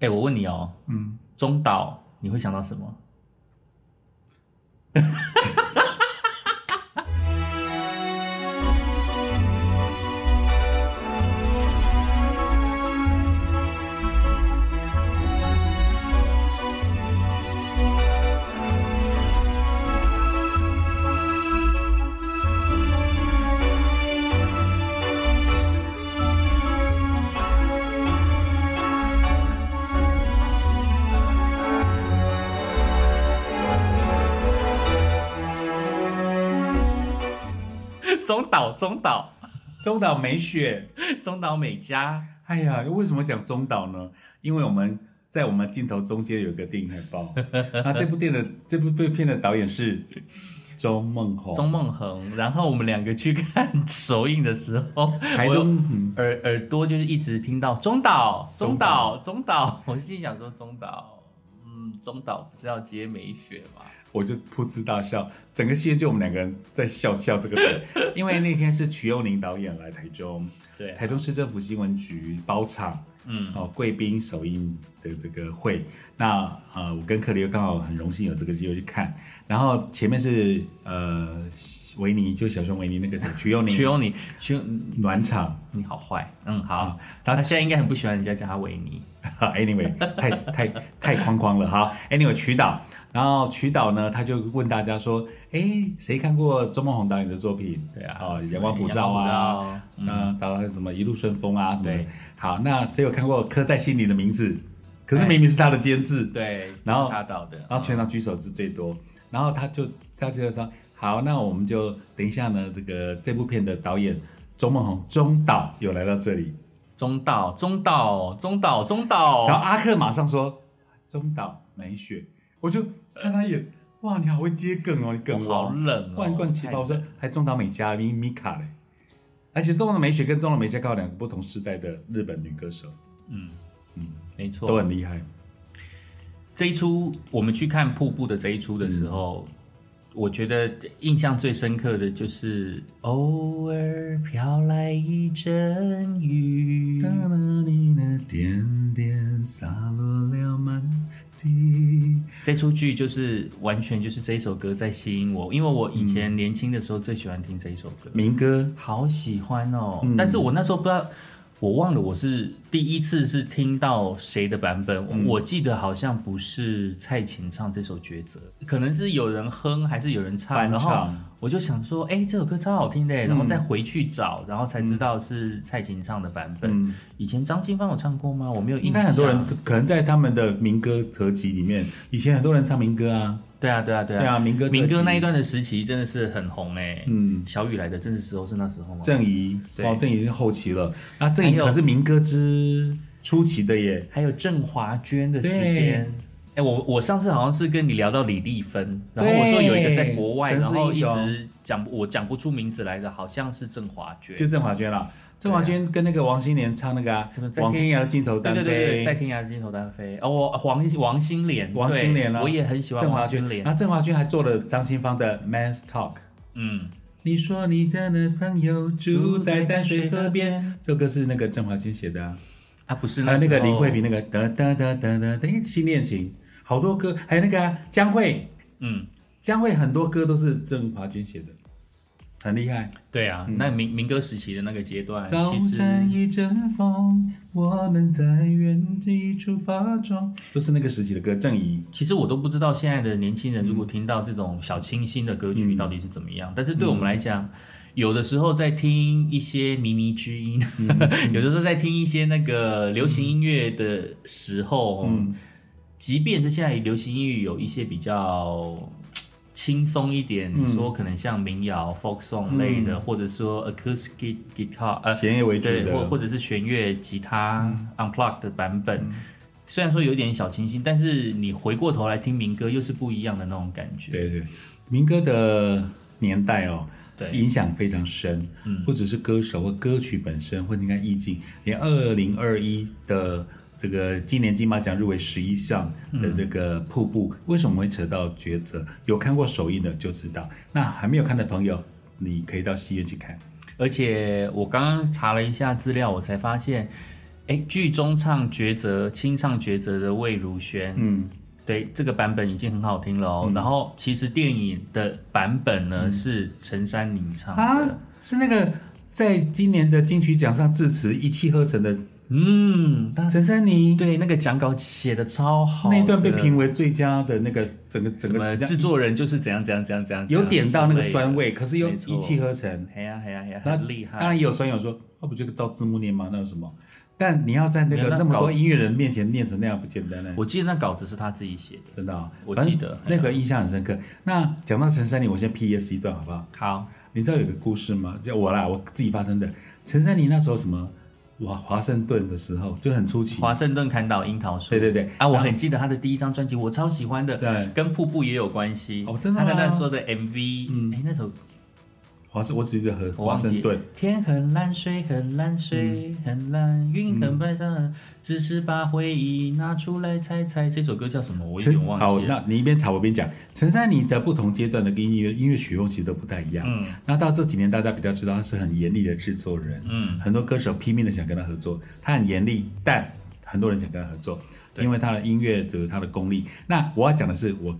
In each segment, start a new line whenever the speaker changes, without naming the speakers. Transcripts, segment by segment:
哎、我问你哦，
嗯，
中岛你会想到什么？ 中岛中岛
中岛美雪，
中岛美嘉，
哎呀，为什么讲中岛呢？因为我们在我们镜头中间有一个电影海报，那这部电影的这部片的导演是周梦红，
钟梦恒。然后我们两个去看 首映的时候，
台
我有
中嗯
耳耳朵就是一直听到中岛中
中
岛
岛
中岛，我心里想说中岛，嗯，中岛不是要接美雪吗？
我就噗嗤大笑，整个戏院就我们两个人在笑笑这个梗，因为那天是瞿幼宁导演来台中，
对啊
台中市政府新闻局包场，
嗯，
哦，贵宾首映的这个会，那呃，我跟克里又刚好很荣幸有这个机会去看，然后前面是呃维尼，就小熊维尼那个瞿幼
徐
宁
勇你徐勇你
暖场，
你好坏，嗯好
啊，
他
他
现在应该很不喜欢人家叫他维尼，
anyway，太太太框框了哈。Anyway，曲导，然后曲导呢，他就问大家说，诶，谁看过周梦红导演的作品？
对啊，
哦，
什么
阳光普照
阳
啊，
光普照
嗯，导演什么一路顺风啊什么的
对。
好，那谁有看过《刻在心里的名字》？可是
哎
明明是他的监制，
对，
然后
是他导的，
然后全场举手是最多，然后他就他就说好，那我们就等一下呢，这个这部片的导演周梦红中岛有来到这里，
中岛中岛中岛中
然
岛，
后阿克马上说中岛美雪，我就看他演，哇，你好会接梗哦，
我
你梗
好
王，
冷哦，
万贯奇葩，我说还中岛美嘉米米卡嘞，哎而且中岛美雪跟中岛美嘉刚好两个不同时代的日本女歌手，
嗯嗯
嗯，
没错，
都很厉害，
这一出我们去看瀑布的这一出的时候，
嗯
我觉得印象最深刻的就是偶尔飘来一阵雨，
哒啦你的点点洒落了满地。
这出剧就是完全就是这一首歌在吸引我，因为我以前年轻的时候最喜欢听这一首歌，
民歌，
好喜欢哦。
嗯
但是我那时候不知道，我忘了我是第一次是听到谁的版本，
嗯
我记得好像不是蔡琴唱这首《抉择》，可能是有人哼还是有人唱，
翻
然
唱嗯
后我就想说，哎、这首歌超好听的，然后再回去找，然后才知道是蔡琴唱的版本。
嗯，
以前张清芳有唱过吗？我没有印
应
象。
该很多人可能在他们的民歌合集里面，以前很多人唱民歌啊，
对啊，对啊，对
对
啊。
啊，民歌
民歌那一
个，
段的时期真的是很红哎、
嗯，
小雨来的正是时候是那时候吗？
郑怡，
对
哦，郑怡是后期了，那郑怡
还有
可是民歌之初期的耶，
还有郑华娟的时间。哎、我我上次好像是跟你聊到李丽芬，然后
对
我说有一个在国外，
城
然
市
后
英
一
雄
直讲不我讲不出名字来的，好像是郑华娟。
就郑华娟啦，郑华娟跟那个王心凌唱那个啊
什么在
《往
天
天涯的尽头
对
单
对
飞》，
对对，在天涯尽头单飞。哦，我黄王心莲，
王
对
心莲啊
我也很喜欢
郑华
王心
娟，
莲
然。后郑华娟还做了张清芳的《Man's Talk》。
嗯，
你说你的男朋友住在淡水河边，这首歌是那个郑华娟写的啊。
啊不是
还有
时
那
候
个林慧萍那个哒哒哒哒哒哒，哎新恋情，好多歌，还有那个啊江蕙，
嗯，
江蕙很多歌都是郑华娟写的，很厉害。
对啊，那民民歌时期的那个阶段，
嗯早
啊其
晨
实
一阵风，我们在原地出发撞，都是那个时期的歌。郑怡，
其实我都不知道现在的年轻人如果听到这种小清新的歌曲
嗯
到底是怎么样，但是对我们来讲。有的时候在听一些靡靡之音，
嗯
有的时候在听一些那个流行音乐的时候，
嗯，
即便是现在流行音乐有一些比较轻松一点，
嗯
你说可能像民谣、folk song 类的，或者说 acoustic guitar，呃，
弦乐嗯为主
对，或
的，嗯
或者是弦乐、吉他、unplugged 的版本，虽然说有点小清新，但是你回过头来听民歌，又是不一样的那种感觉。
对对，民歌的年代哦，
对嗯
影响非常深，不只是歌手或歌曲本身，或者应该意境，连二零二一的这个今年金马奖入围十一项
嗯
的这个瀑布，为什么会扯到抉择？有看过首映的就知道，那还没有看的朋友，你可以到戏院去看。
而且我刚刚查了一下资料，我才发现，哎，剧中唱抉择、清唱抉择的魏如萱，
嗯，
对这个版本已经很好听了哦。然后其实电影的版本
嗯
呢、是陈珊妮唱的
啊，，是那个在今年的金曲奖上致辞一气呵成的
嗯，但
陈珊妮，
对那个讲稿写的超好的，
那一段被评为最佳的那个整个整
什么
个
制作啊人就是怎样怎样怎样怎样，
有点到那个酸
酸味。
味，可是又
没错
一气呵成。
哎呀哎呀哎呀，
那
很厉害
当。然也有酸友说，哦那不就照字幕念吗？那有什么？但你要在那
没有
个
那
那么
搞
多音乐人面前念成那样不简单呢。
我记得那稿子是他自己写的。
真的啊、
我
反正
记得哎
那个印象很深刻。那讲到陈珊妮，我先 P S 一段好不好？
好，
你知道有个故事吗？就我啦，我自己发生的。陈珊妮那时候什么华华盛顿的时候就很出奇，
华盛顿砍倒樱桃树。
嗯对对对
啊，我很记得他的第一张专辑，我超喜欢的，
对
跟瀑布也有关系。
哦真的
他
吗
那时候的 MV，哎，那首
华盛我只记得和
我
华
忘
盛
记
顿嗯
了。。天很蓝，水很蓝，水很蓝，云很白山，只是把回忆拿出来猜猜。这首歌叫什么？我有
陈
点忘
好，
记了。
那你一边查我一边讲。陈珊妮的不同阶段的音乐音乐曲风其实都不太一样。
嗯
那到这几年，大家比较知道她是很严厉的制作人，
嗯，
很多歌手拼命的想跟她合作，她很严厉，但很多人想跟她合作，
对
因为她的音乐就是她的功力。那我要讲的是，我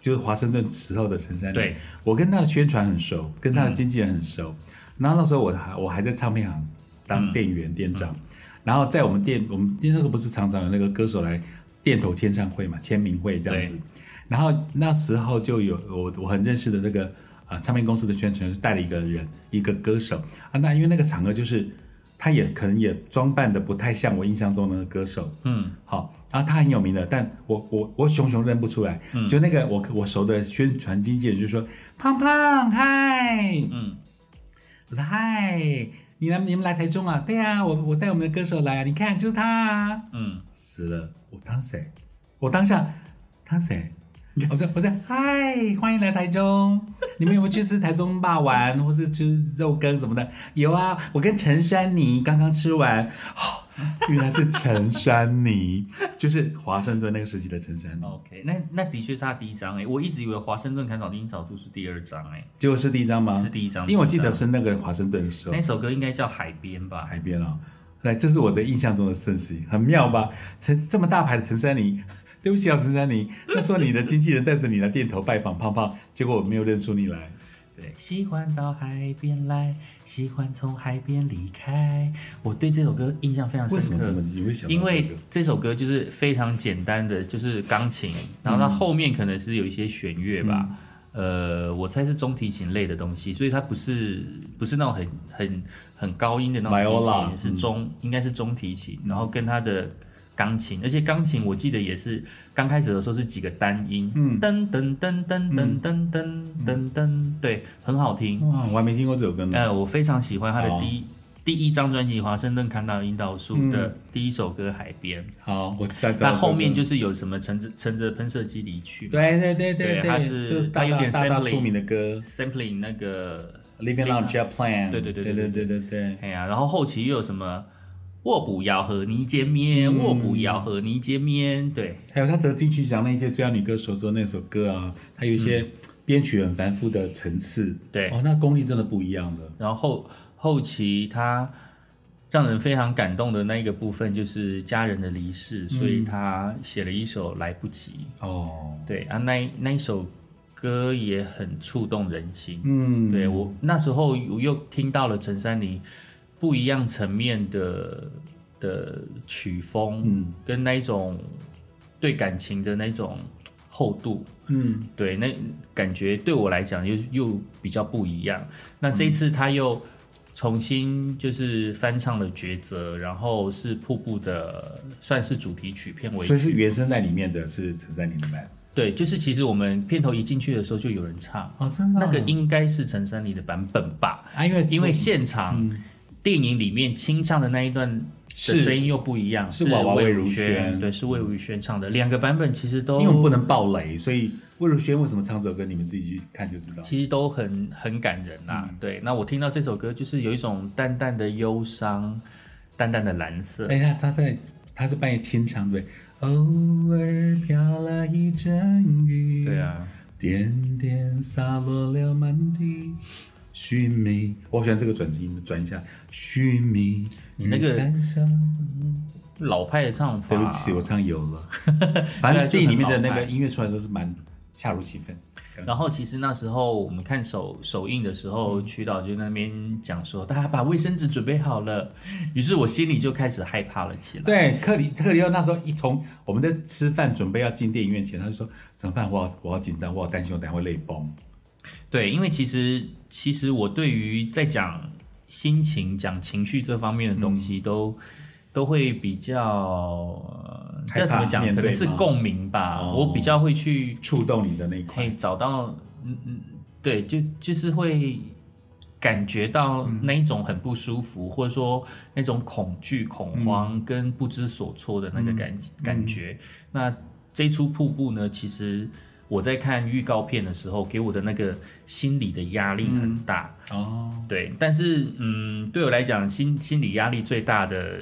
就是华盛顿时候的陈珊妮，
对嗯
我跟她的宣传很熟，跟她的经纪人很熟。然后那时候我还我还在唱片行
嗯
当店员、店长，然后在我们店，我们那时候不是常常有那个歌手来店头签唱会嘛，签名会这样子。然后那时候就有我我很认识的那个啊、唱片公司的宣传是带了一个人一个歌手啊，那因为那个场合就是他也可能也装扮的不太像我印象中的那个歌手，
嗯，
好，然后他很有名的，但我我我熊熊认不出来，就那个我我熟的宣传经纪人就说胖胖嗨，
嗯，
我说嗨，你来你们来台中啊？对啊，我我带我们的歌手来啊，你看就是他、啊，
嗯，
死了，我当谁？我当下当谁？我说我说嗨，欢迎来台中，你们有没有去吃台中霸丸或是吃肉羹什么的？有啊，我跟陈珊妮刚刚吃完，哦、原来是陈珊妮，就是华盛顿那个时期的陈珊妮，
OK，那那的确是他第一张哎、我一直以为《华盛顿砍倒樱桃树》是第二张哎、
结果是第一张吗
是？第一张，
因为我记得是那个华盛顿的时候
那，首歌应该叫海边吧？
海边啊、来，这是我的印象中的盛世，很妙吧？陈这么大牌的陈珊妮， 对不起啊，陈珊妮，那时候你的经纪人带着你来店头拜访胖胖，结果我没有认出你来。
对，喜欢到海边来，喜欢从海边离开。我对这首歌印象非常深
为什么这么
刻，
你会想到这个？
因为这首歌就是非常简单的，就是钢琴，
嗯
然后它后面可能是有一些弦乐吧。呃，我猜是中提琴类的东西，所以它不是不是那种很很很高音的那种
Viola，嗯
提琴，是中、应该是中提琴，然后跟它的钢琴，而且钢琴我记得也是刚开始的时候是几个单音，
嗯
噔噔噔噔噔噔噔噔噔，对，很好听。
哇，我还没听过这首歌呢。
呃，我非常喜欢他的
嗯好
第一第一张专辑《华盛顿砍倒樱桃树》
嗯
的第一首歌《海边》，
好，我再
那
找这首歌
后面就是有什么乘着乘着喷射机离去嘛
对对对
对
对
它是
就是大
它有点
大大大
sampling
出名的歌
，sampling 那个，
，Living on a Jet Plan。
对对对
对
对
对对对对。
哎呀，然后后期又有什么？我不要和你见面，我不要和你见面，对，
还有她得金曲奖那一届最佳女歌手之后那首歌啊，它有一些编曲很繁复的层次，
嗯对
哦，那功力真的不一样了。
然后后后期他让人非常感动的那一个部分就是家人的离世，所以他写了一首《来不及》。
哦，
对啊，那一那一首歌也很触动人心。
嗯，
对我那时候我又听到了陈珊妮不一样层面的的曲风，
嗯
跟那一种对感情的那种厚度，
嗯。
对，那感觉对我来讲又又比较不一样。那这一次他又重新就是翻唱了《抉择》，然后是瀑布的算是主题曲片尾
所以
曲，
是原声带里面的是陈珊妮的版
对，就是其实我们片头一进去的时候就有人唱，
哦，真
那个应该是陈珊妮的版本吧，
啊，因为
因为现场电影里面清唱的那一段。的
是
声音又不一样，
是
是
娃娃
魏
魏
如
如
萱，
萱嗯
对，是魏如萱唱的。两个版本其实
因为我们
都
不能爆雷，所以魏如萱为什么唱这首歌，你们自己去看就知 道。
其实都很很感人啦、
嗯
对，那我听到这首歌就是有一种淡淡的忧伤，淡淡的蓝色。
哎呀，他在他是半夜清唱对不对，偶尔飘来一阵雨，
对，啊，
点点洒落了满地。寻觅，我喜欢这个转音，转一下。寻觅，
你那个
雨伞上
老派的唱法。
对不起，我唱有 了。反正
就很
电影里面的那
老
个
派
音乐出来的时候是蛮恰如其分。
然后其实那时候我们看首首映的时
嗯
候，曲导就那边讲说，大家把卫生纸准备好了。于是我心里就开始害怕了起来。
对，克里克里奥那时候一从我们在吃饭准备要进电影院前，他就说怎么办？我好我好紧张，我好担心，我等下会泪崩。
对，因为其实其实我对于在讲心情、讲情绪这方面的东
嗯
西都，都、会比较呃
害
这怎
怕
么讲？
面
可能
对
是
吗
共鸣吧，
哦
我比较会去
触动你的那一块
嘿，找到，嗯嗯，对，就就是会感觉到那一种很不舒服，或者说那种恐惧、恐慌跟不知所措的那个感、感觉。那这一出瀑布呢，其实我在看预告片的时候，给我的那个心理的压力很大。
哦，
对，但是嗯，对我来讲，心心理压力最大的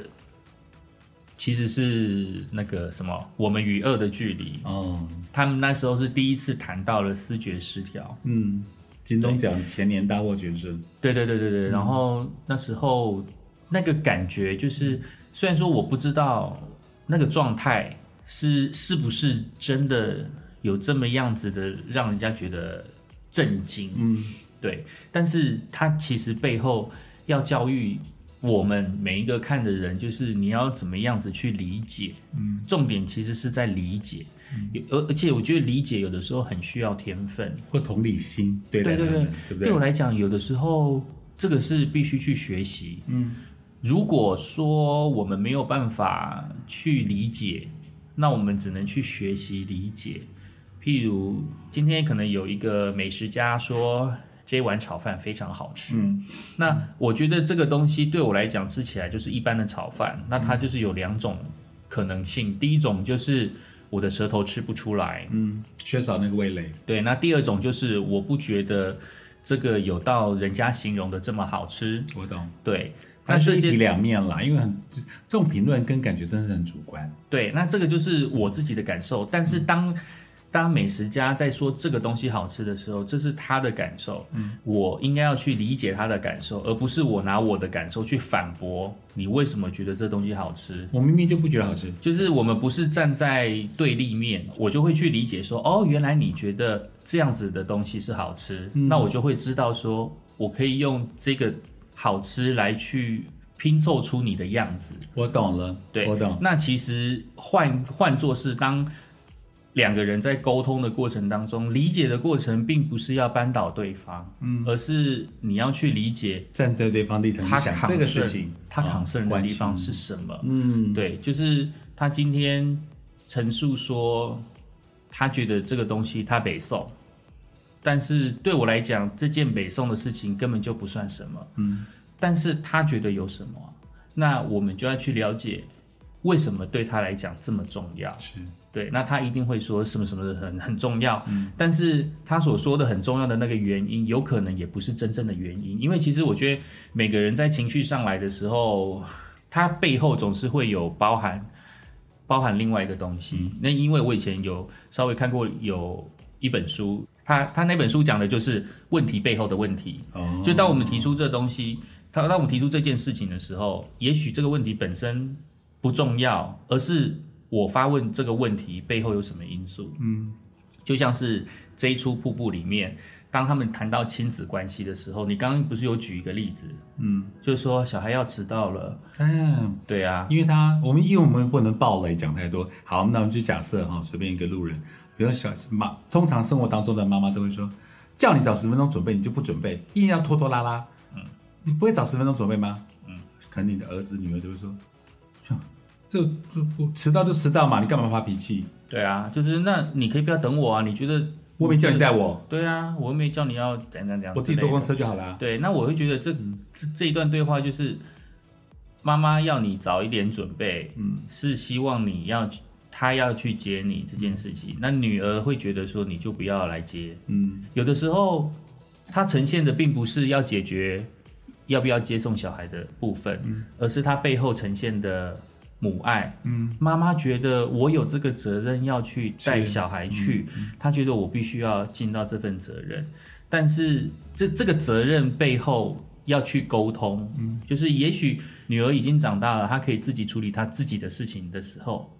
其实是那个什么，《我们与恶的距离》。
哦，
他们那时候是第一次谈到了思觉失调。
嗯，金钟奖前年大获全胜，
对对对对对，然后那时候那个感觉就是，虽然说我不知道那个状态是是不是真的有这么样子的，让人家觉得震惊，
嗯，
对，但是它其实背后要教育。我们每一个看的人，就是你要怎么样子去理解，嗯，重点其实是在理解，有而、而且我觉得理解有的时候很需要天分，
或同理心对待他
对对
们，对不
对我来讲，有的时候这个是必须去学习。嗯，如果说我们没有办法去理解，那我们只能去学习理解。譬如今天可能有一个美食家说这碗炒饭非常好吃，
嗯，
那我觉得这个东西对我来讲吃起来就是一般的炒饭，那它就是有两种可能性，第一种就是我的舌头吃不出来，
嗯，缺少那个味蕾，
对，那第二种就是我不觉得这个有到人家形容的这么好吃。
我懂。
对，那
反正
这
是一体
些
两面啦，因为很这种评论跟感觉真的是很主观。
对，那这个就是我自己的感受。但
嗯
是当、当美食家在说这个东西好吃的时候，这是他的感受，
嗯
我应该要去理解他的感受，而不是我拿我的感受去反驳你为什么觉得这东西好吃。
我明明就不觉得好吃，
就是我们不是站在对立面，我就会去理解说，哦，原来你觉得这样子的东西是好吃，
嗯
那我就会知道说，我可以用这个好吃来去拼凑出你的样子。
我懂了，
对，
我懂。
那其实换换作是当两个人在沟通的过程当中，理解的过程并不是要扳倒对方，嗯，而是你要去理解
站在对方立场
他
去想
concern
这个事情，
他
啊
concern 的
关
地方
心
是什么。
嗯，
对，就是他今天陈述说，他觉得这个东西他北宋，但是对我来讲，这件北宋的事情根本就不算什么。嗯，但是他觉得有什么啊，那我们就要去了解为什么对他来讲这么重要。
是
对，那他一定会说什么什么的很很重要，但是他所说的很重要的那个原因，有可能也不是真正的原因，因为其实我觉得每个人在情绪上来的时候，他背后总是会有包含包含另外一个东西。那因为我以前有稍微看过有一本书，他他那本书讲的就是问题背后的问题，
哦，
就当我们提出这东西，当当我们提出这件事情的时候，也许这个问题本身不重要，而是我发问这个问题背后有什么因素。嗯，就像是这一出瀑布里面，当他们谈到亲子关系的时候，你刚刚不是有举一个例子？嗯，就是说小孩要迟到了，
嗯，
对啊，
因为他我们因为我们不能暴雷讲太多，好，那我们就假设哈，随便一个路人，比如小妈，通常生活当中的妈妈都会说，叫你早十分钟准备，你就不准备，硬要拖拖拉拉，嗯，你不会早十分钟准备吗？嗯，可能你的儿子女儿就会说，哼这这不迟到就迟到嘛，你干嘛发脾气？
对啊，就是那你可以不要等我啊，你觉得
我没叫你载我，
对啊，我又没叫你要怎样怎样怎样，
我自己坐公。车就好啦。
对，那我会觉得这这这一段对话就是妈妈要你早一点准备，嗯，是希望你要去她要去接你这件事情。那女儿会觉得说你就不要来接，
嗯，
有的时候它呈现的并不是要解决要不要接送小孩的部分，而是它背后呈现的。母爱，嗯，妈妈觉得我有这个责任要去带
是
小孩去，她觉得我必须要尽到这份责任，但是这这个责任背后要去沟通，就是也许女儿已经长大了，她可以自己处理她自己的事情的时候，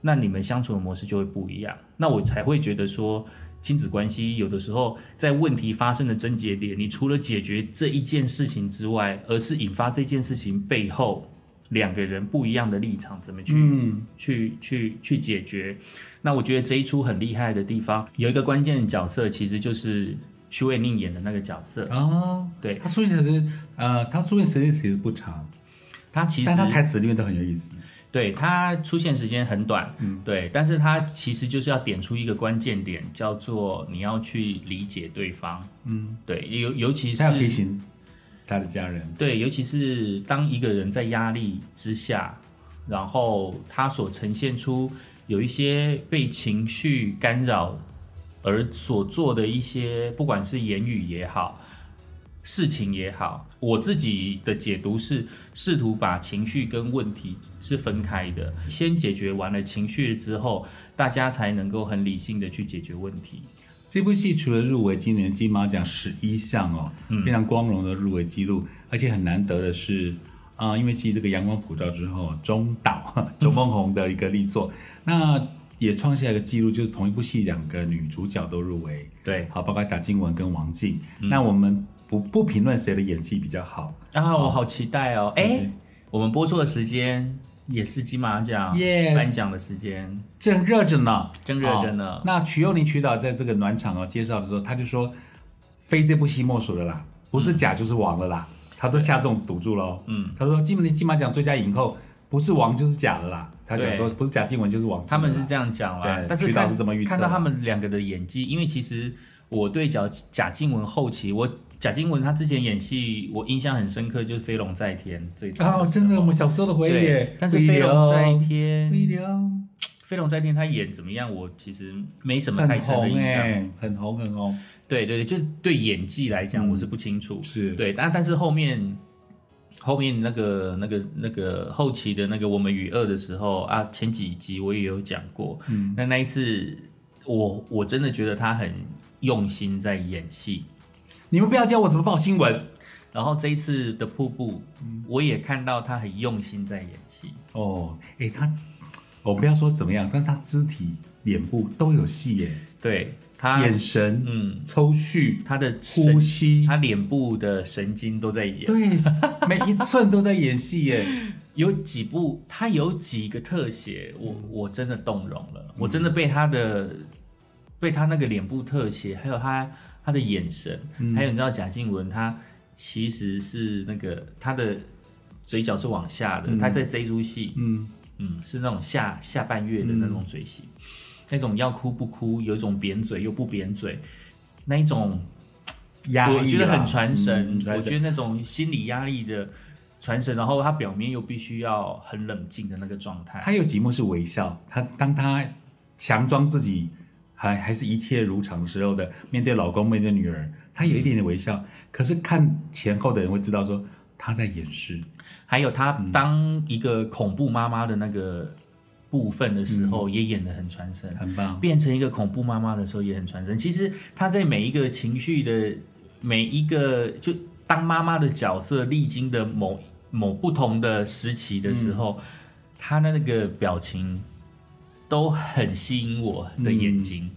那你们相处的模式就会不一样。那我才会觉得说，亲子关系有的时候在问题发生的症结点，你除了解决这一件事情之外，而是引发这件事情背后两个人不一样的立场怎么去、
嗯，
去去去解决。那我觉得这一出很厉害的地方，有一个关键角色其实就是徐伟宁演的那个角色，
哦，
对
他出现时间，呃，他出现时间其实不长，
他其实
但他台词里面都很有意思。
对它出现时间很短，
嗯
对，但是它其实就是要点出一个关键点，叫做你要去理解对方，
嗯，
对，尤尤其
他要提
是
醒他的家人，
对，尤其是当一个人在压力之下，然后他所呈现出有一些被情绪干扰而所做的一些，不管是言语也好，事情也好，我自己的解读是试图把情绪跟问题是分开的，先解决完了情绪之后，大家才能够很理性的去解决问题。
这部戏除了入围今年金马奖十一项哦，
嗯
非常光荣的入围记录，而且很难得的是，啊、因为继这个《阳光普照》之后，中岛 周梦红的一个力作，那也创下一个记录，就是同一部戏两个女主角都入围，
对
好，包括贾静雯跟王静。
嗯
那我们不不评论谁的演技比较好，
啊，我好期待哦！哎、
是
我们播出的时间也是金马奖
耶
颁奖的时间，
正热着呢，
正热着呢
哦那曲佑宁曲导在这个暖场哦介绍的时候，他就说，非这部戏莫属的啦，不是甲就是王了啦，他都下这种赌注喽。
嗯，
他说金门金马奖最佳影后不是王就是甲了啦，他讲
对
说不是贾静雯就是王静
他
了啦。
们是这样讲啦
对。
但是
徐导
看
是这么预测
看到他们两个的演技，因为其实我对贾贾静雯后期，我贾静雯她之前演戏，我印象很深刻，就是《飞龙在天》最
哦，真的，我们小时候的回忆
对
耶。，
但是《飞龙在
飞
天》《
龙
飞龙在天》她演怎么样，我其实没什么太
很
深的
红
印象。
哎，很红很红，
对对对，就是对演技来讲，
嗯
我是不清楚。
是
对，但但是后面后面那个那个那个后期的那个我们与恶的时候啊，前几集我也有讲过，
嗯，
那那一次我我真的觉得他很用心在演戏，
你们不要教我怎么报新闻
然后这一次的瀑布，
嗯
我也看到他很用心在演戏，
哦。哎，他，我不要说怎么样，但他肢体、脸部都有戏耶，
对他，
眼神、
啊嗯，
抽搐、
他的
呼
神，
吸，
他脸部的神经都在演，
对，每一寸都在演 戏耶。
有几部，他有几个特写，我我真的动容了，我真的被他的被他那个脸部特写，还有他他的眼神，还有你知道贾静雯她其实是那个她的嘴角是往下的，
嗯
她在这一出戏，
嗯，
嗯，是那种下下半月的那种嘴型，那种要哭不哭，有一种扁嘴又不扁嘴，那一种
压抑啦，啊
我觉得很传神
嗯，传
我觉得那种心理压力的传神，然后他表面又必须要很冷静的那个状态。
他有几幕是微笑，他当他强装自己还还是一切如常的时候的，面对老公面对女儿，他有一点点微笑，可是看前后的人会知道说他在掩饰。
还有他当一个恐怖妈妈的那个部分的时
嗯
候，也演得很传神。
很棒，
变成一个恐怖妈妈的时候也很传神。其实她在每一个情绪的每一个就当妈妈的角色历经的某某不同的时期的时候，
嗯
她的那个表情都很吸引我的眼睛。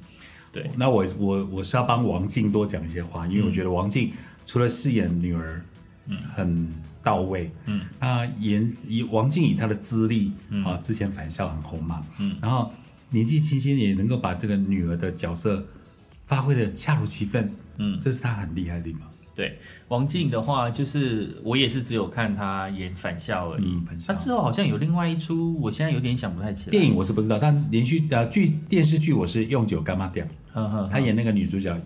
对
那我我我是要帮王静多讲一些话，
嗯
因为我觉得王静除了饰演女儿，嗯，很到位，
嗯，
那演以王静以她的资历，啊，之前返校很红嘛，
嗯，
然后年纪轻轻也能够把这个女儿的角色发挥的恰如其分，
嗯，
这是她很厉害的地方，
对，王静的话，就是我也是只有看她演返校而已。
嗯，返
她
校。
之后好像有另外一出，我现在有点想不太起来。
电影我是不知道，但连续呃剧电视剧我是用酒干妈掉，
呵呵呵
她演那个女主角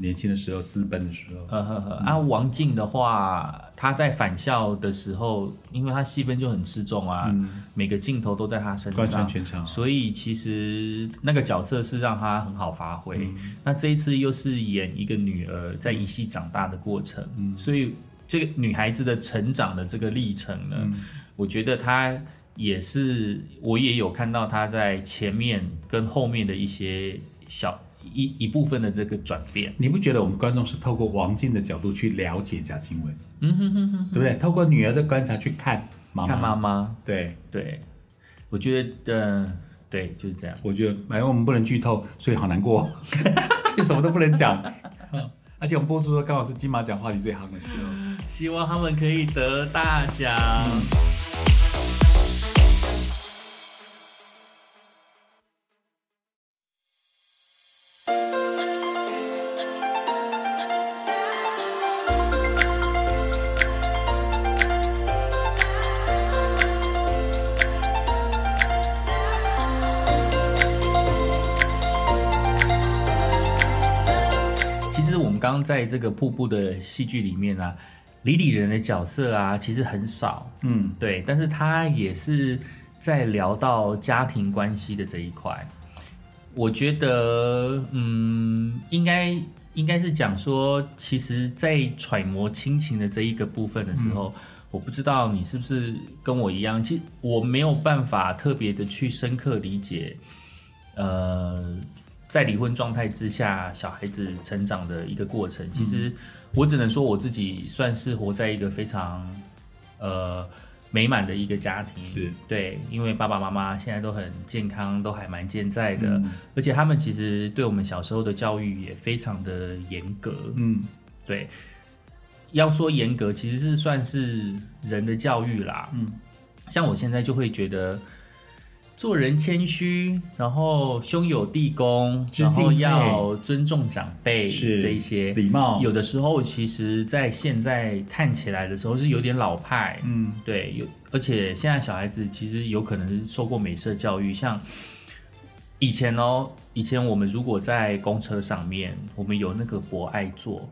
年轻的时候私奔的时候，
呵呵呵，啊，王静的话，她在返校的时候，因为她戏份就很吃重啊，每个镜头都在她身
嗯贯穿
上，
全场，
所以其实那个角色是让她很好发挥。那这一次又是演一个女儿在一系长大的过程，所以这个女孩子的成长的这个历程呢，我觉得她也是，我也有看到她在前面跟后面的一些小一一部分的这个转变。
你不觉得我们观众是透过王静的角度去了解贾静雯，嗯哼哼哼，对不对？透过女儿的观察去看，妈
看妈
妈，
妈，
对，
对，我觉得呃，对，就是这样。
我觉得，哎，我们不能剧透，所以好难过， 就什么都不 能讲。而且我们播出的时候刚好是金马奖话题最夯的时候。
希望他们可以得大奖。其实我们刚刚在这个瀑布的戏剧里面啊，李李仁的角色啊，其实很少，
嗯，
对，但是他也是在聊到家庭关系的这一块。我觉得，嗯，应该应该是讲说，其实，在揣摩亲情的这一个部分的时候，我不知道你是不是跟我一样，其实我没有办法特别的去深刻理解，呃，在离婚状态之下，小孩子成长的一个过程。其实，我只能说我自己算是活在一个非常呃美满的一个家庭，
是
对，因为爸爸妈妈现在都很健康，都还蛮健在的，而且他们其实对我们小时候的教育也非常的严格，
嗯，
对。要说严格，其实是算是人的教育啦。
嗯，
像我现在就会觉得，做人谦虚，然后兄友弟恭，
知
然后
敬佩
要尊重长辈，
是哦
这一些。
礼貌，
有的时候，其实，在现在看起来的时候是有点老派，
嗯，
对，有，而且现在小孩子其实有可能是受过美式教育，像以前哦，以前我们如果在公车上面，我们有那个博爱座，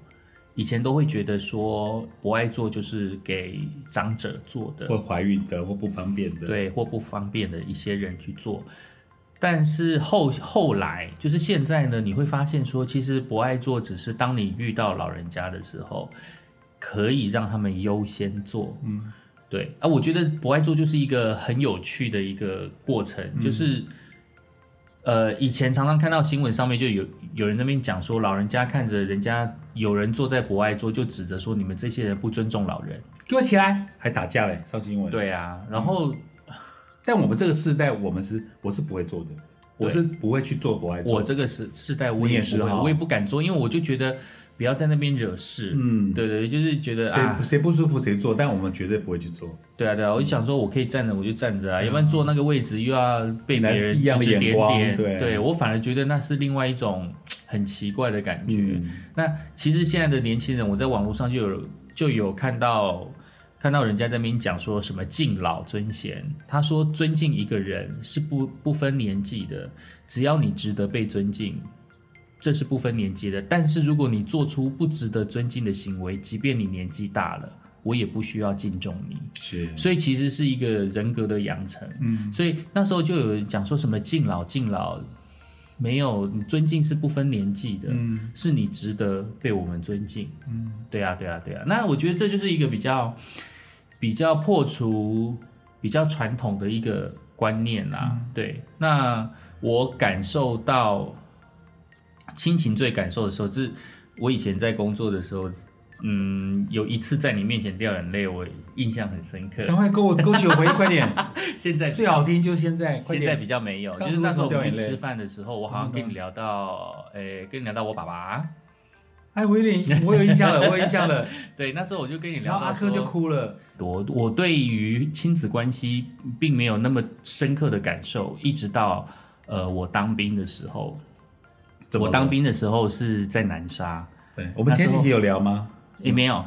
以前都会觉得说博爱座就是给长者坐的，
或怀孕的或不方便的，，
对，或不方便的一些人去做。但是后后来就是现在呢，你会发现说，其实博爱座只是当你遇到老人家的时候，可以让他们优先做。嗯，对啊，我觉得博爱座就是一个很有趣的一个过程，就是。呃，以前常常看到新闻上面就有有人在那边讲说，老人家看着人家有人坐在博爱座，就指着说你们这些人不尊重老人。
给我起来，还打架嘞，上新闻。，
对啊，然后
但我们这个世代，我们是我是不会做的，我是不会去做不爱做。
我这个时世代，我
你
也
也
不
是
会，
哈
我也不敢做，因为我就觉得不要在那边惹事。
嗯，
对对，就是觉得啊
谁，谁不舒服谁做，但我们绝对不会去做。
对啊对啊，我就想说我可以站着我就站着啊，要不然坐那个位置又要被别人
一样
指
的
指点
眼光
点，
对
我反而觉得那是另外一种很奇怪的感觉。
嗯
那其实现在的年轻人，我在网络上就有就有看到看到人家在那边讲说什么敬老尊贤，他说尊敬一个人是不不分年纪的，只要你值得被尊敬。这是不分年纪的，但是如果你做出不值得尊敬的行为，即便你年纪大了，我也不需要敬重你。
是，
所以其实是一个人格的养成。
嗯，
所以那时候就有人讲说什么敬老敬老，没有你尊敬是不分年纪的，
嗯
是你值得被我们尊敬。
嗯，
对啊，对啊，对啊。那我觉得这就是一个比较比较破除比较传统的一个观念啦、
嗯
对，那我感受到亲情最感受的时候，就是我以前在工作的时候。嗯，有一次在你面前掉眼泪，我印象很深刻。
赶快勾我勾起我回忆，快 点！
现在
最好听就现在，快
现在
点！
比较没有，就
刚
是那时候我
说
们去
掉眼泪嗯
吃饭的时候，我好像跟你聊到，诶、跟你聊到我爸爸。
哎，我有点，我有印象 了，我有印象了。
对，那时候我就跟你
然
聊
后
到
阿珂就
说，
哭了，
我我对于亲子关系并没有那么深刻的感受，一直到呃我当兵的时候，
怎么
我
了
当兵的时候是在南沙，
对，我们前几集有聊吗？
也、没有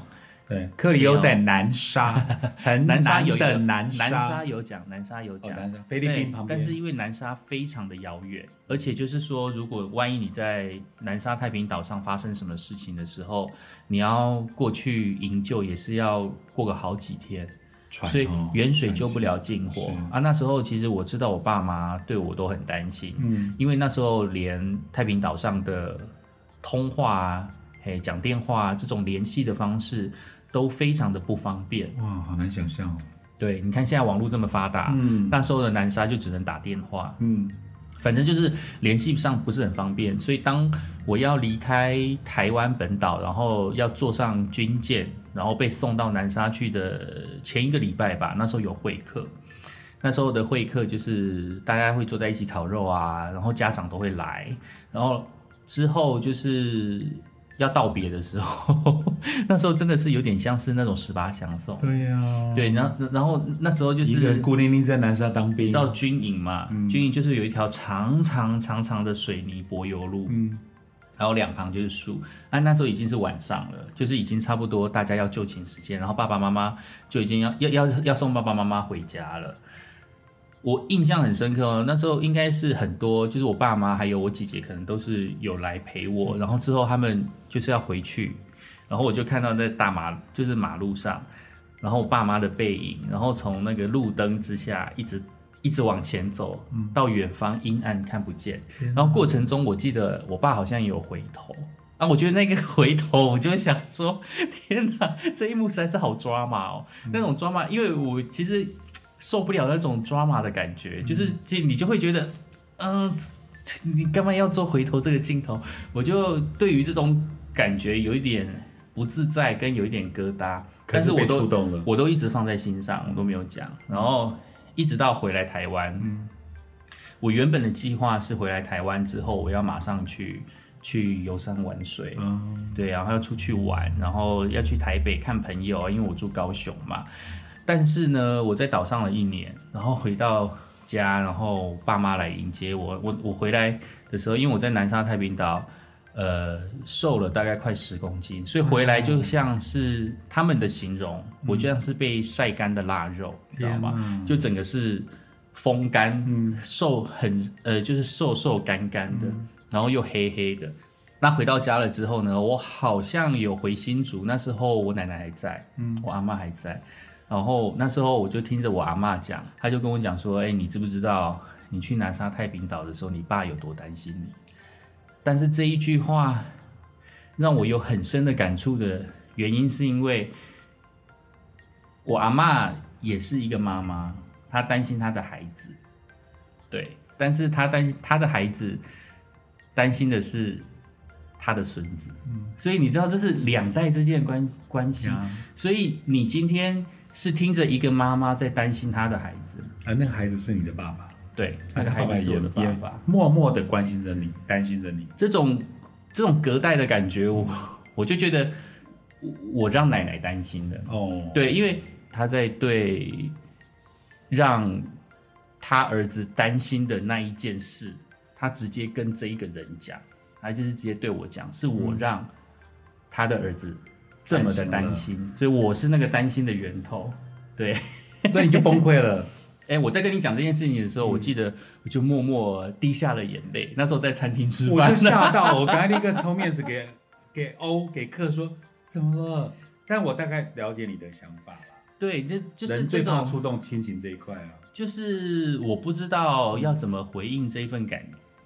对，克里欧在南沙，很
南沙
沙
有一个
的南
南
沙，
沙有讲，南沙有
哦
讲，
南沙，菲律
对，
宾旁边。
但是因为南沙非常的遥远，而且就是说，如果万一你在南沙太平岛上发生什么事情的时候，你要过去营救也是要过个好几天，
船
所以
哦
远水救
船
不了近火、
是
啊。那时候其实我知道我爸妈对我都很担心，
嗯，
因为那时候连太平岛上的通话啊、嘿讲电话啊这种联系的方式都非常的不方便。
哇，好难想象哦。
对，你看现在网络这么发达，
嗯
那时候的南沙就只能打电话。
嗯，
反正就是联系上不是很方便，所以当我要离开台湾本岛，然后要坐上军舰，然后被送到南沙去的前一个礼拜吧，那时候有会客，那时候的会客就是大家会坐在一起烤肉啊，然后家长都会来，然后之后就是要道别的时候， 那时候真的是有点像是那种十八相送，
哦对呀、
对，然后然后那时候就是
一个人孤零零在南沙当兵
你知，道军营嘛？军营就是有一条长长长长的水泥柏油路，
嗯，
然后两旁就是树。啊，那时候已经是晚上了，就是已经差不多大家要就寝时间，然后爸爸妈妈就已经要要要要送爸爸妈妈回家了。我印象很深刻哦，那时候应该是很多，就是我爸妈还有我姐姐，可能都是有来陪我。然后之后他们就是要回去，然后我就看到在大马就是马路上，然后我爸妈的背影，然后从那个路灯之下一直一直往前走，
嗯
到远方阴暗看不见。然后过程中，我记得我爸好像也有回头啊，我觉得那个回头，我就想说， 天哪，这一幕实在是好抓马哦，
嗯
那种抓马，因为我其实受不了那种抓马的感
嗯
觉，就是这你就会觉得，嗯、你干嘛要做回头这个镜头？我就对于这种感觉有一点不自在，跟有一点疙瘩，但是
可
我
被
都
触动了，
我都一直放在心上，我都没有讲。然后一直到回来台湾，我原本的计划是回来台湾之后，我要马上去去游山玩水，
嗯，
对，然后要出去玩，然后要去台北看朋友，啊因为我住高雄嘛。但是呢，我在岛上了一年，然后回到家，然后爸妈来迎接我。我我回来的时候，因为我在南沙太平岛，呃，瘦了大概快十公斤，所以回来就像是他们的形容，我就像是被晒干的腊肉，你知道吗？就整个是风干，瘦很呃，就是瘦瘦干干的，然后又黑黑的。那回到家了之后呢，我好像有回新竹，那时候我奶奶还在，嗯，我阿妈还在，然后那时候我就听着我阿妈讲，她就跟我讲说，哎、你知不知道你去南沙太平岛的时候，你爸有多担心你？但是这一句话让我有很深的感触的原因，是因为我阿嬷也是一个妈妈，她担心她的孩子，对，但是她担心她的孩子担心的是她的孙子，所以你知道这是两代之间的关关系，
呀
所以你今天是听着一个妈妈在担心她的孩子，
啊，那个孩子是你的爸爸，
对，那
那个
个孩
爸爸
子是
也
我的
也
办法，
默默的关心着你，担心着你，
这种这种隔代的感觉，我我就觉得我我让奶奶担心了。
哦，
对，因为他在对让他儿子担心的那一件事，他直接跟这一个人讲，他就是直接对我
嗯
讲，是我让他的儿子这么的担
担
心，所以我是那个担心的源头。对，
所以你就崩溃了，
哎，我在跟你讲这件事情的时候，我
嗯
记得我就默默滴下了眼泪。那时候在餐厅吃
我
饭
就，吓到了，我赶快立刻抽面子给给欧给克说怎么了？但我大概了解你的想法啦，
对，这就是
人
这
最怕
种
触动亲情这一块啊，
就是我不知道要怎么回应这一份感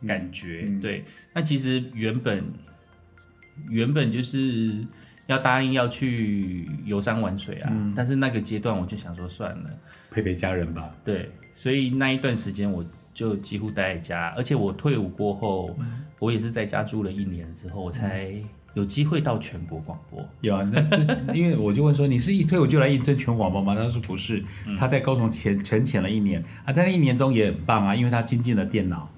感觉。
嗯
对，那其实原本原本就是要答应要去游山玩水啊，
嗯
但是那个阶段我就想说算了，
陪陪家人吧，
对，所以那一段时间我就几乎待在家，而且我退伍过后，
嗯
我也是在家住了一年之后，我才有机会到全国广播。
有啊，那这因为我就问说，你是一退我就来应征全广播吗？他说不是，他在高雄潜沉潜了一年啊，在那一年中也很棒啊，因为他精进了电脑，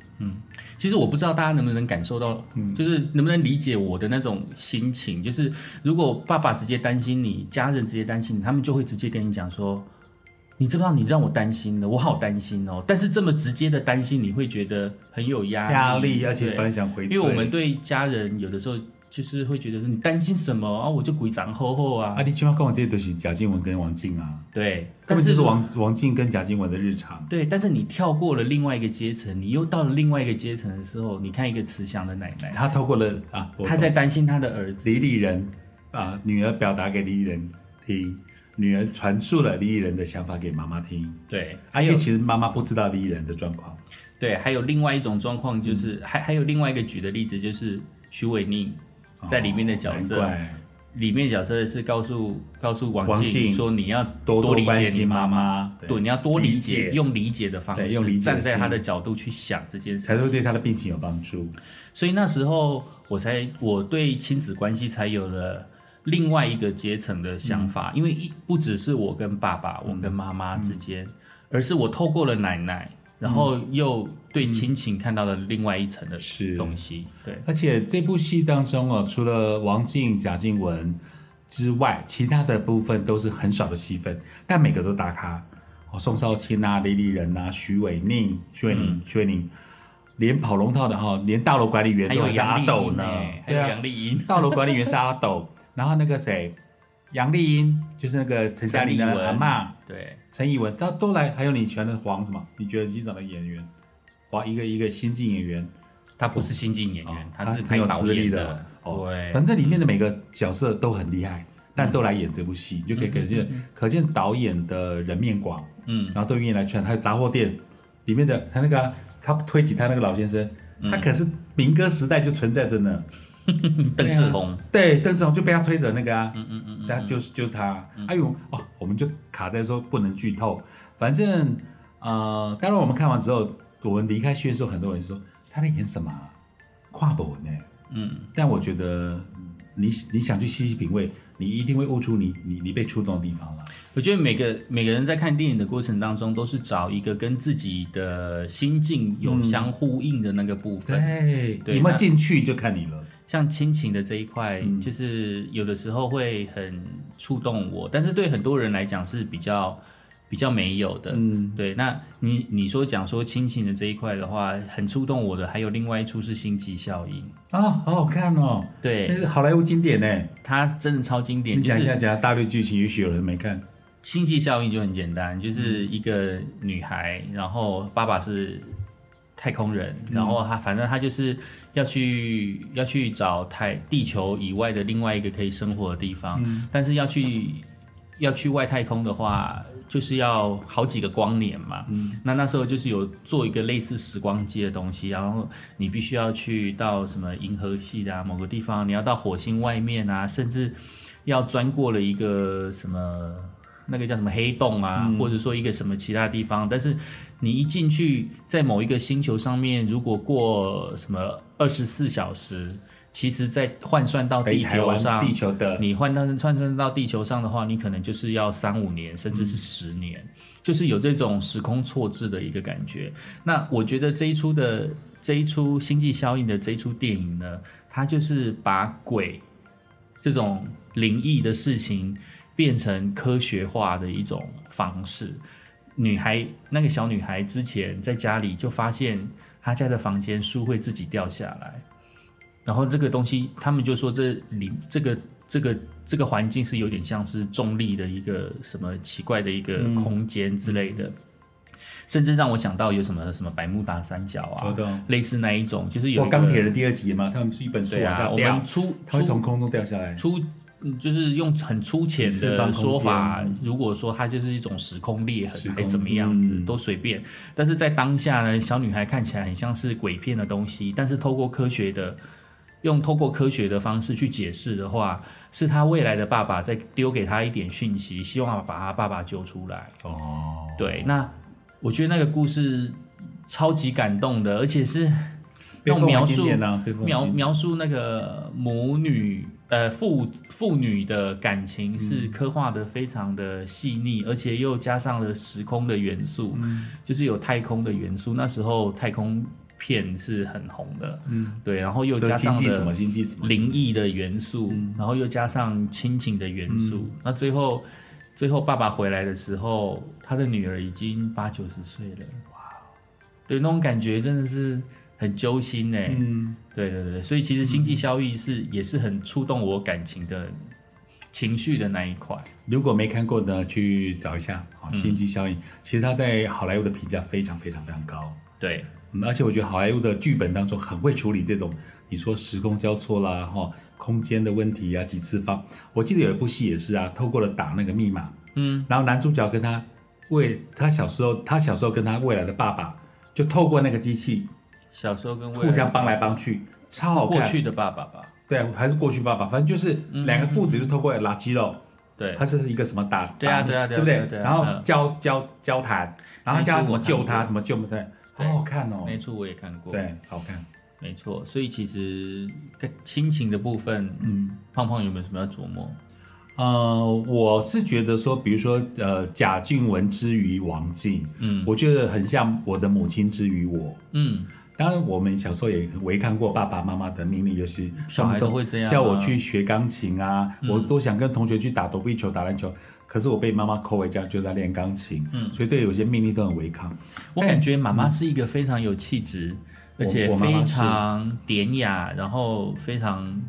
其实我不知道大家能不能感受到，
嗯
就是能不能理解我的那种心情。就是如果爸爸直接担心你，家人直接担心你，他们就会直接跟你讲说：“你知不知道你让我担心了，我好担心哦。”但是这么直接的担心，你会觉得很有压力，
压力，而且
对
反想回
因
追，
为我们对家人有的时候就是会觉得说你担心什么啊，我就鬼长厚厚啊
啊，，你起码跟我这些都是贾静雯跟王静啊，
对，
根
但
本就是是王王静跟贾静雯的日常，
对，但是你跳过了另外一个阶层，你又到了另外一个阶层的时候，你看一个慈祥的奶奶，
他透过了啊，我
她在担心她的儿子。
李李仁啊，女儿表达给李李仁听，女儿传述了李李仁的想法给妈妈听，
对，
啊，
还
因
有
为其实妈妈不知道李李仁的状况，
对，还有另外一种状况
嗯
就是，还还有另外一个举的例子就是徐伟宁在里面的角
哦难
色，
怪
里面角色是告诉告诉王
王
静
静
说你要
多
多理
关
解你
心妈
妈妈，
妈，
对，你要多理解，
理解
用理解的方
对
式，
用理解的
站在
心
他的角度去想这件事
才
情
会。对他的病情有帮助。
所以那时候我才我对亲子关系才有了另外一个阶层的
嗯
想法，因为一不只是我跟爸爸、我跟妈妈
嗯
之间，而是我透过了奶奶，然后又对亲情看到了另外一层的
嗯是
东西。对，
而且这部戏当中哦，除了王静、贾静雯之外，其他的部分都是很少的戏份，但每个都大咖。哦，宋少卿啊，李李仁啊，徐伟宁、徐伟宁、徐伟宁，连跑龙套的哈、连大楼管理员
还
都
有
是
杨
阿
丽
斗
英
呢
呢，，还
对
有
啊
杨，丽英，
大楼管理员是阿 斗，然后那个谁，杨丽英就是那个陈嘉玲
陈丽
的
文
阿嬷，
对，
陈以文，他都来，还有你喜欢的黄什么？你觉得机长的演员，哇，一个一个新晋演员，
他不是新晋演员
哦，
是
挺
拍
有
导
资历
演
的，哦
对，
反正里面的每个角色都很厉害，但都来演这部戏，你就可以可见可见导演的人面广，
嗯，
然后都愿意来串。还有杂货店里面的他那个啊他推吉他那个老先生，
嗯
他可是民歌时代就存在的呢。
邓志宏，
对，啊邓志宏就被他推的那个啊，嗯嗯嗯，他就是就是他，
嗯
哎呦哦，我们就卡在说不能剧透，反正呃，当然我们看完之后，我们离开戏院的时候，很多人说他在演什么、啊、跨博文呢、
嗯，
但我觉得嗯你你想去细细品味，你一定会悟出你你你被触动的地方了。
我觉得每个每个人在看电影的过程当中，都是找一个跟自己的心境有相呼应的那个部分。
嗯对
对
有没
那
有进去就看你了。
像亲情的这一块，
嗯
就是有的时候会很触动我，但是对很多人来讲是比较比较没有的。
嗯，
对，那你你说讲说亲情的这一块的话，很触动我的，还有另外一出是《星际效应》，
啊、好好看哦，那
对，
是好莱坞经典呢、
它真的超经典，
你
就
讲
是
一下讲一下大略剧情，也许有人没看。
星际效应就很简单，就是一个女孩，然后爸爸是太空人，然后她反正她就是要去要去找太地球以外的另外一个可以生活的地方，
嗯
但是要去要去外太空的话，就是要好几个光年嘛。
嗯
那那时候就是有做一个类似时光机的东西，然后你必须要去到什么银河系的、啊、某个地方，你要到火星外面啊，甚至要钻过了一个什么那个叫什么黑洞啊，
嗯
或者说一个什么其他地方，但是你一进去，在某一个星球上面，如果过什么二十四小时，其实再换算到
北
地
台
球
湾
上
地，球的
你换到换算到地球上的话，你可能就是要三五年，甚至是十年，就是有这种时空错置的一个感觉。那我觉得这一出的这一出《星际效应》的这一出电影呢，它就是把鬼这种灵异的事情变成科学化的一种方式。女孩那个小女孩之前在家里就发现她家的房间书会自己掉下来，然后这个东西他们就说这里这个这个这个环境是有点像是重力的一个什么奇怪的一个空间之类
嗯
的，甚至让我想到有什么什么百慕达三角
活
啊，
动。
类似那一种就是有
或
一个
哦钢铁人第二集嘛，他们是一本书
对
往下
啊，我
掉
们，出
它
出
会从空中掉下来。
粗，嗯就是用很粗浅
几次
的
方空
说法
间，
如果说它就是一种时空裂
时
痕，
空
还怎么样子、
嗯
都随便。但是在当下呢，小女孩看起来很像是鬼片的东西，但是透过科学的。用透过科学的方式去解释的话，是她未来的爸爸在丢给她一点讯息，希望把她爸爸揪出来。
哦，
对，那我觉得那个故事超级感动的，而且是
被
用
奉为
描
经
述
典啊，被奉为
描
经典
描述那个母女呃父父女的感情
嗯
是刻画的非常的细腻，而且又加上了时空的元素，
嗯
就是有太空的元素。那时候太空片是很红的，嗯，对，然后又
这
加
星
上
际什么
了
星际什么，
灵异的元素，
嗯
然后又加上亲情的元素。那最后最后爸爸回来的时候，他的女儿已经八九十岁了，哇，
哦
对，那种感觉真的是很揪心哎、
嗯，
对对对，所以其实星际效益是、也是很触动我感情的情绪的那一块。
如果没看过的去找一下
嗯
啊，《星际效应》其实它在好莱坞的评价非常非常非常高，
对，
嗯，而且我觉得好莱坞的剧本当中很会处理这种你说时空交错啦，哈，空间的问题啊，几次方。我记得有一部戏也是啊，透过了打那个密码，嗯，然后男主角跟他未他小时候，他小时候跟他未来的爸爸就透过那个机器
小时候跟未来
互相帮来帮去，超好
过
看。嗯
去的爸爸吧，
对，啊还是过去爸爸，反正就是两个父子就透过拉肌肉，
对
他是一个什么打，
对啊
打
对啊对啊
对不哎
对啊对啊
然后
嗯
交交交谈，然后教他怎么救他，怎么救对，好
对
好看哦，
那出我也看过，
对，好看，
没错，所以其实跟亲情的部分，
嗯，
胖胖有没有什么要琢磨？
呃，我是觉得说，比如说呃，贾静雯之于王静，
嗯
我觉得很像我的母亲之于我，
嗯，
当然，我们小时候也违抗过爸爸妈妈的命令，尤其
小孩都会这样啊嗯
叫我去学钢琴啊，我都想跟同学去打躲避球、打篮球，可是我被妈妈扣回家就在练钢琴，
嗯
所以对有些命令都很违抗。
我感觉妈妈是一个非常有气质，而且
哎我我妈妈
非
是
常典雅，然后非常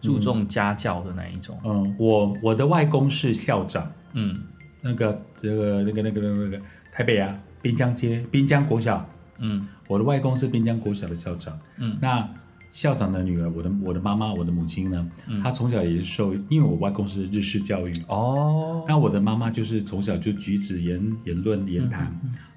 注重家教的那一种。
嗯，我我的外公是校长，
嗯
那个那个那个那个那个那个台北啊，滨江街滨江国小，
嗯
我的外公是滨江国小的校长，
嗯，
那校长的女儿，我的我的妈妈，我的母亲呢，
嗯
她从小也是受，因为我外公是日式教育，
哦，
那我的妈妈就是从小就举止言言论言谈、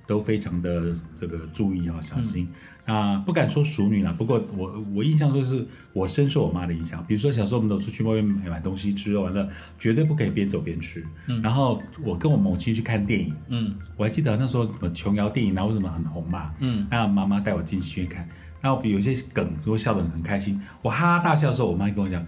都非常的这个注意啊、小心。那不敢说淑女啦，不过我我印象中是我深受我妈的影响。比如说小时候我们都出去外面买买东西吃完了，绝对不可以边走边吃。然后我跟我母亲去看电影，
嗯
我还记得那时候什么琼瑶电影，然后什么很红嘛，
嗯，
那妈妈带我进戏院看，那我有些梗如果笑得很开心，我哈哈大笑的时候，我妈跟我讲，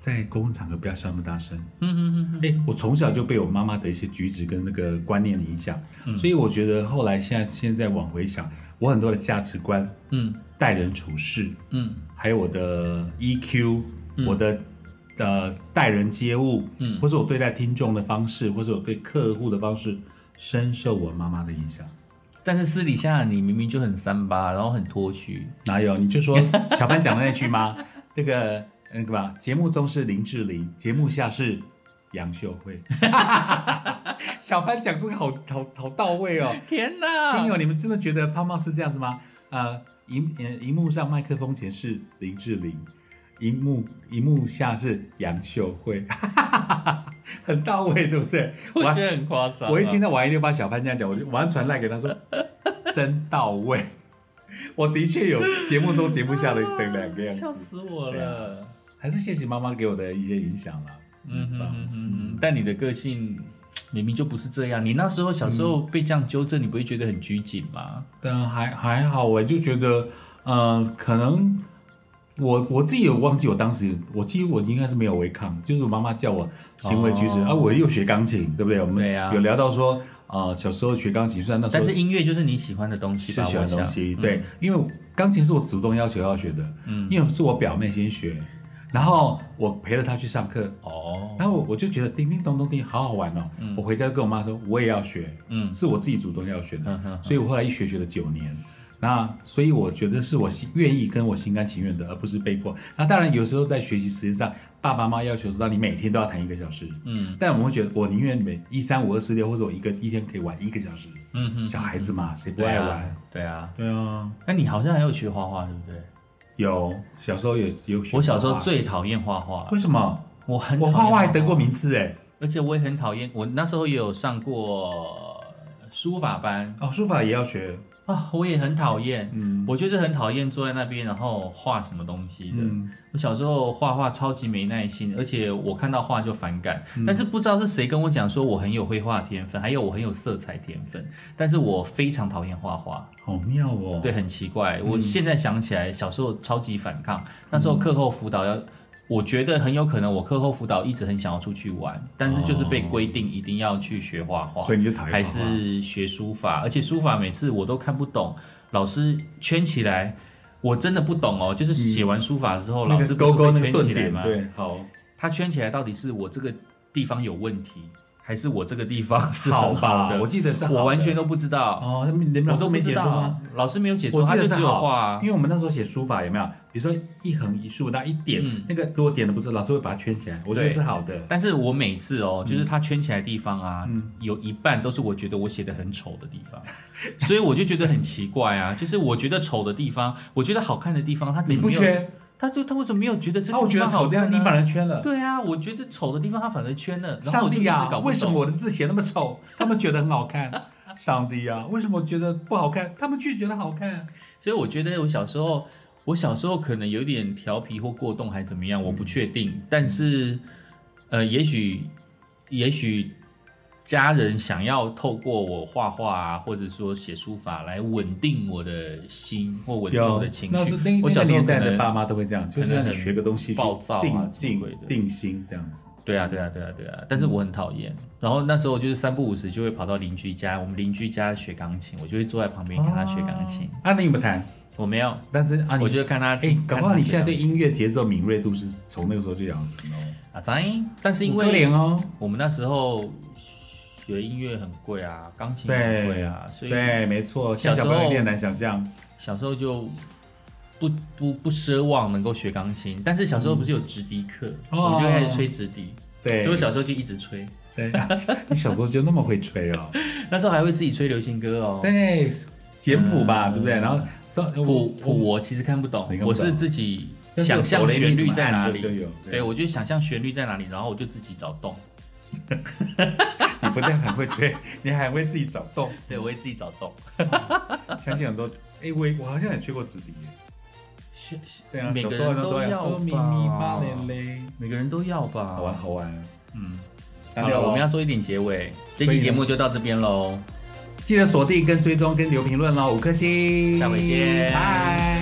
在公共场合不要笑那么大声。
嗯嗯嗯
哎、我从小就被我妈妈的一些举止跟那个观念影响，所以我觉得后来现在现在往回想，我很多的价值观、
嗯
待人处事，
嗯
还有我的 EQ，、我的呃待人接物，
嗯
或者我对待听众的方式，或者我对客户的方式，深受我妈妈的影响。
嗯，但是私底下你明明就很三八，然后很脱序，
哪有？你就说小潘讲的那句吗？ 这个那个吧，节目中是林志玲，节目下是杨秀慧。 小潘讲这个好好好到位哦。
天
听
哪！
友，你们真的觉得胖胖是这样子吗？呃，荧呃荧幕上麦克风前是林志玲，荧幕荧幕下是杨秀慧， 很到位，对不对？
我
还
觉得很夸张啊。
我一听到我还一六八小潘这样讲，我就马上传赖给他 说，真到位。 我的确有节目中节目下的等两个样
笑
子，
死我了。
还是谢谢妈妈给我的一些影响啊啦。
啊嗯哼嗯哼嗯哼，但你的个性明明就不是这样。你那时候小时候
嗯
被这样纠正，你不会觉得很拘谨吗？
但还还好，我就觉得，呃，可能我我自己也忘记我当时，我记得我应该是没有违抗，就是我妈妈叫我行为举止、
哦
啊，我又学钢琴，对不对？我们
对啊
有聊到说，呃，小时候学钢琴，虽然那时
但
候
是音乐就是你喜欢的东西
是
吧？
喜
我
欢的
想
东西，
嗯
对，因为钢琴是我主动要求要学的，因为是我表妹先学，然后我陪着她去上课，
哦，
然后我就觉得叮叮咚咚叮，好好玩哦，我回家就跟我妈说我也要学，
嗯
是我自己主动要学的，
嗯哼，
所以我后来一学学了九年。那所以我觉得是我心愿意跟我心甘情愿的，而不是被迫。那当然有时候在学习时间上，爸爸妈妈要求说你每天都要弹一个小时，
嗯
但我们会觉得我宁愿每一三五二四六，或者我一个一天可以玩一个小时。
嗯哼，
小孩子嘛，谁不
对
爱玩
啊？，对啊。
对啊，
那你好像还有学画画，对不对？
有小时候有有学
我小时
画
候
画
最讨厌画画了，
为什么
我很
我
讨厌
画画还得过，名次哎？
而且我也很讨厌。我那时候也有上过书法班
哦，书法也要学，
啊，我也很讨厌。
嗯
我就是很讨厌坐在那边然后画什么东西的。
嗯，
我小时候画画超级没耐心，而且我看到画就反感。
嗯
但是不知道是谁跟我讲说我很有绘画天分，还有我很有色彩天分，但是我非常讨厌画画。
好妙哦。
对，很奇怪。我现在想起来，小时候超级反抗。那
嗯
时候课后辅导要，我觉得很有可能我课后辅导一直很想要出去玩，但是就是被规定一定要去学画画。
哦所以你就讨厌
还
画画
是学书法，而且书法每次我都看不懂，老师圈起来，我真的不懂哦。就是写完书法之后，
嗯那
老
个
师
勾
不
勾
是
那
会圈
个顿
起来
点，
吗？
对，好，
他圈起来到底是我这个地方有问题，还是我这个地方是
好
很好
吧？
的？
我记得是好的
我完全都不知道，
哦，他们你们
我
老
都
师
不
没
知
解说吗？
道，啊老师没有解
我
说，
记
他
得
就是只有
好
画啊
因。为我们那时候写书法有没有？比如说一横一竖，那一点
嗯
那个如果点的不是，老师会把它圈起来，我觉得
对
是好的。
但是我每次哦，就是他圈起来的地方啊，
嗯
有一半都是我觉得我写的很丑的地方，所以我就觉得很奇怪啊。就是我觉得丑的地方，我觉得好看的地方，他怎
你
么
不
没有？
缺，
他就他为什么没有觉得这
那
个
我觉
地方
得
好啊
丑掉，
看呢？
你反而圈了。
对啊，我觉得丑的地方他反而圈了，然后
上
我就一
帝
直
啊
搞，不
为什
懂
么我的字写那么丑， 他们觉得很好看？上帝啊，为什么我觉得不好看，他们却觉得好看？
所以我觉得我小时候我小时候可能有点调皮或过动，还怎么样，
嗯
我不确定。但是，呃，也许，也许家人想要透过我画画啊，或者说写书法来稳定我的心或稳定我的情绪。
啊那是那
我
那
小
个
时候
年
可
代的
能
爸妈都会这样，就是让你学个东西去
暴躁啊
定
什么鬼
静
的
定心这样子。
对啊，对啊，对啊，对啊！但是我很讨厌。然后那时候就是三不五时就会跑到邻居家，我们邻居家学钢琴，我就会坐在旁边看他学钢琴。
啊，你有没有弹？
我没有，
但是啊，你
我就会看他。
哎，搞不好你现在对
对
音乐节奏敏锐度是从那个时候就养成了哦。
啊，咱但是因
五哥
为
脸哦，
我们那时候学音乐很贵啊，钢琴也很贵
对
啊，所以
对，没错，像
小
小
时
朋友
候
有点难想象。
小时候就不不不奢望能够学钢琴。但是小时候不是有直笛课，
哦
我就开始吹直笛，
对
所以，我小时候就一直吹。
对， 你小时候就那么会吹 哦。
那时候还会自己吹流行歌哦。
对，简谱吧，对不对？然后
嗯谱谱我其实看不懂
你看，不懂
我是自己想象旋律在哪
就
里。
有。
对，，我就想象旋律在哪里，然后我就自己找洞。
你不但很会吹，你还会自己找洞。
对，我会自己找洞。
相信很多，哎，我我好像也吹过纸笛耶。
是是
对啊，
每
小
个
时候
人
呢
都
要
要
说咪咪
吧
妈，嘞嘞，
每个人都要吧。
好玩好玩。
嗯，
三
好
六
了，
咯
我们要做一点结尾，这
所以
期
呢
节目就到这边喽。
哦记得锁定跟追踪跟留评论喽，五颗星，
下回见
拜。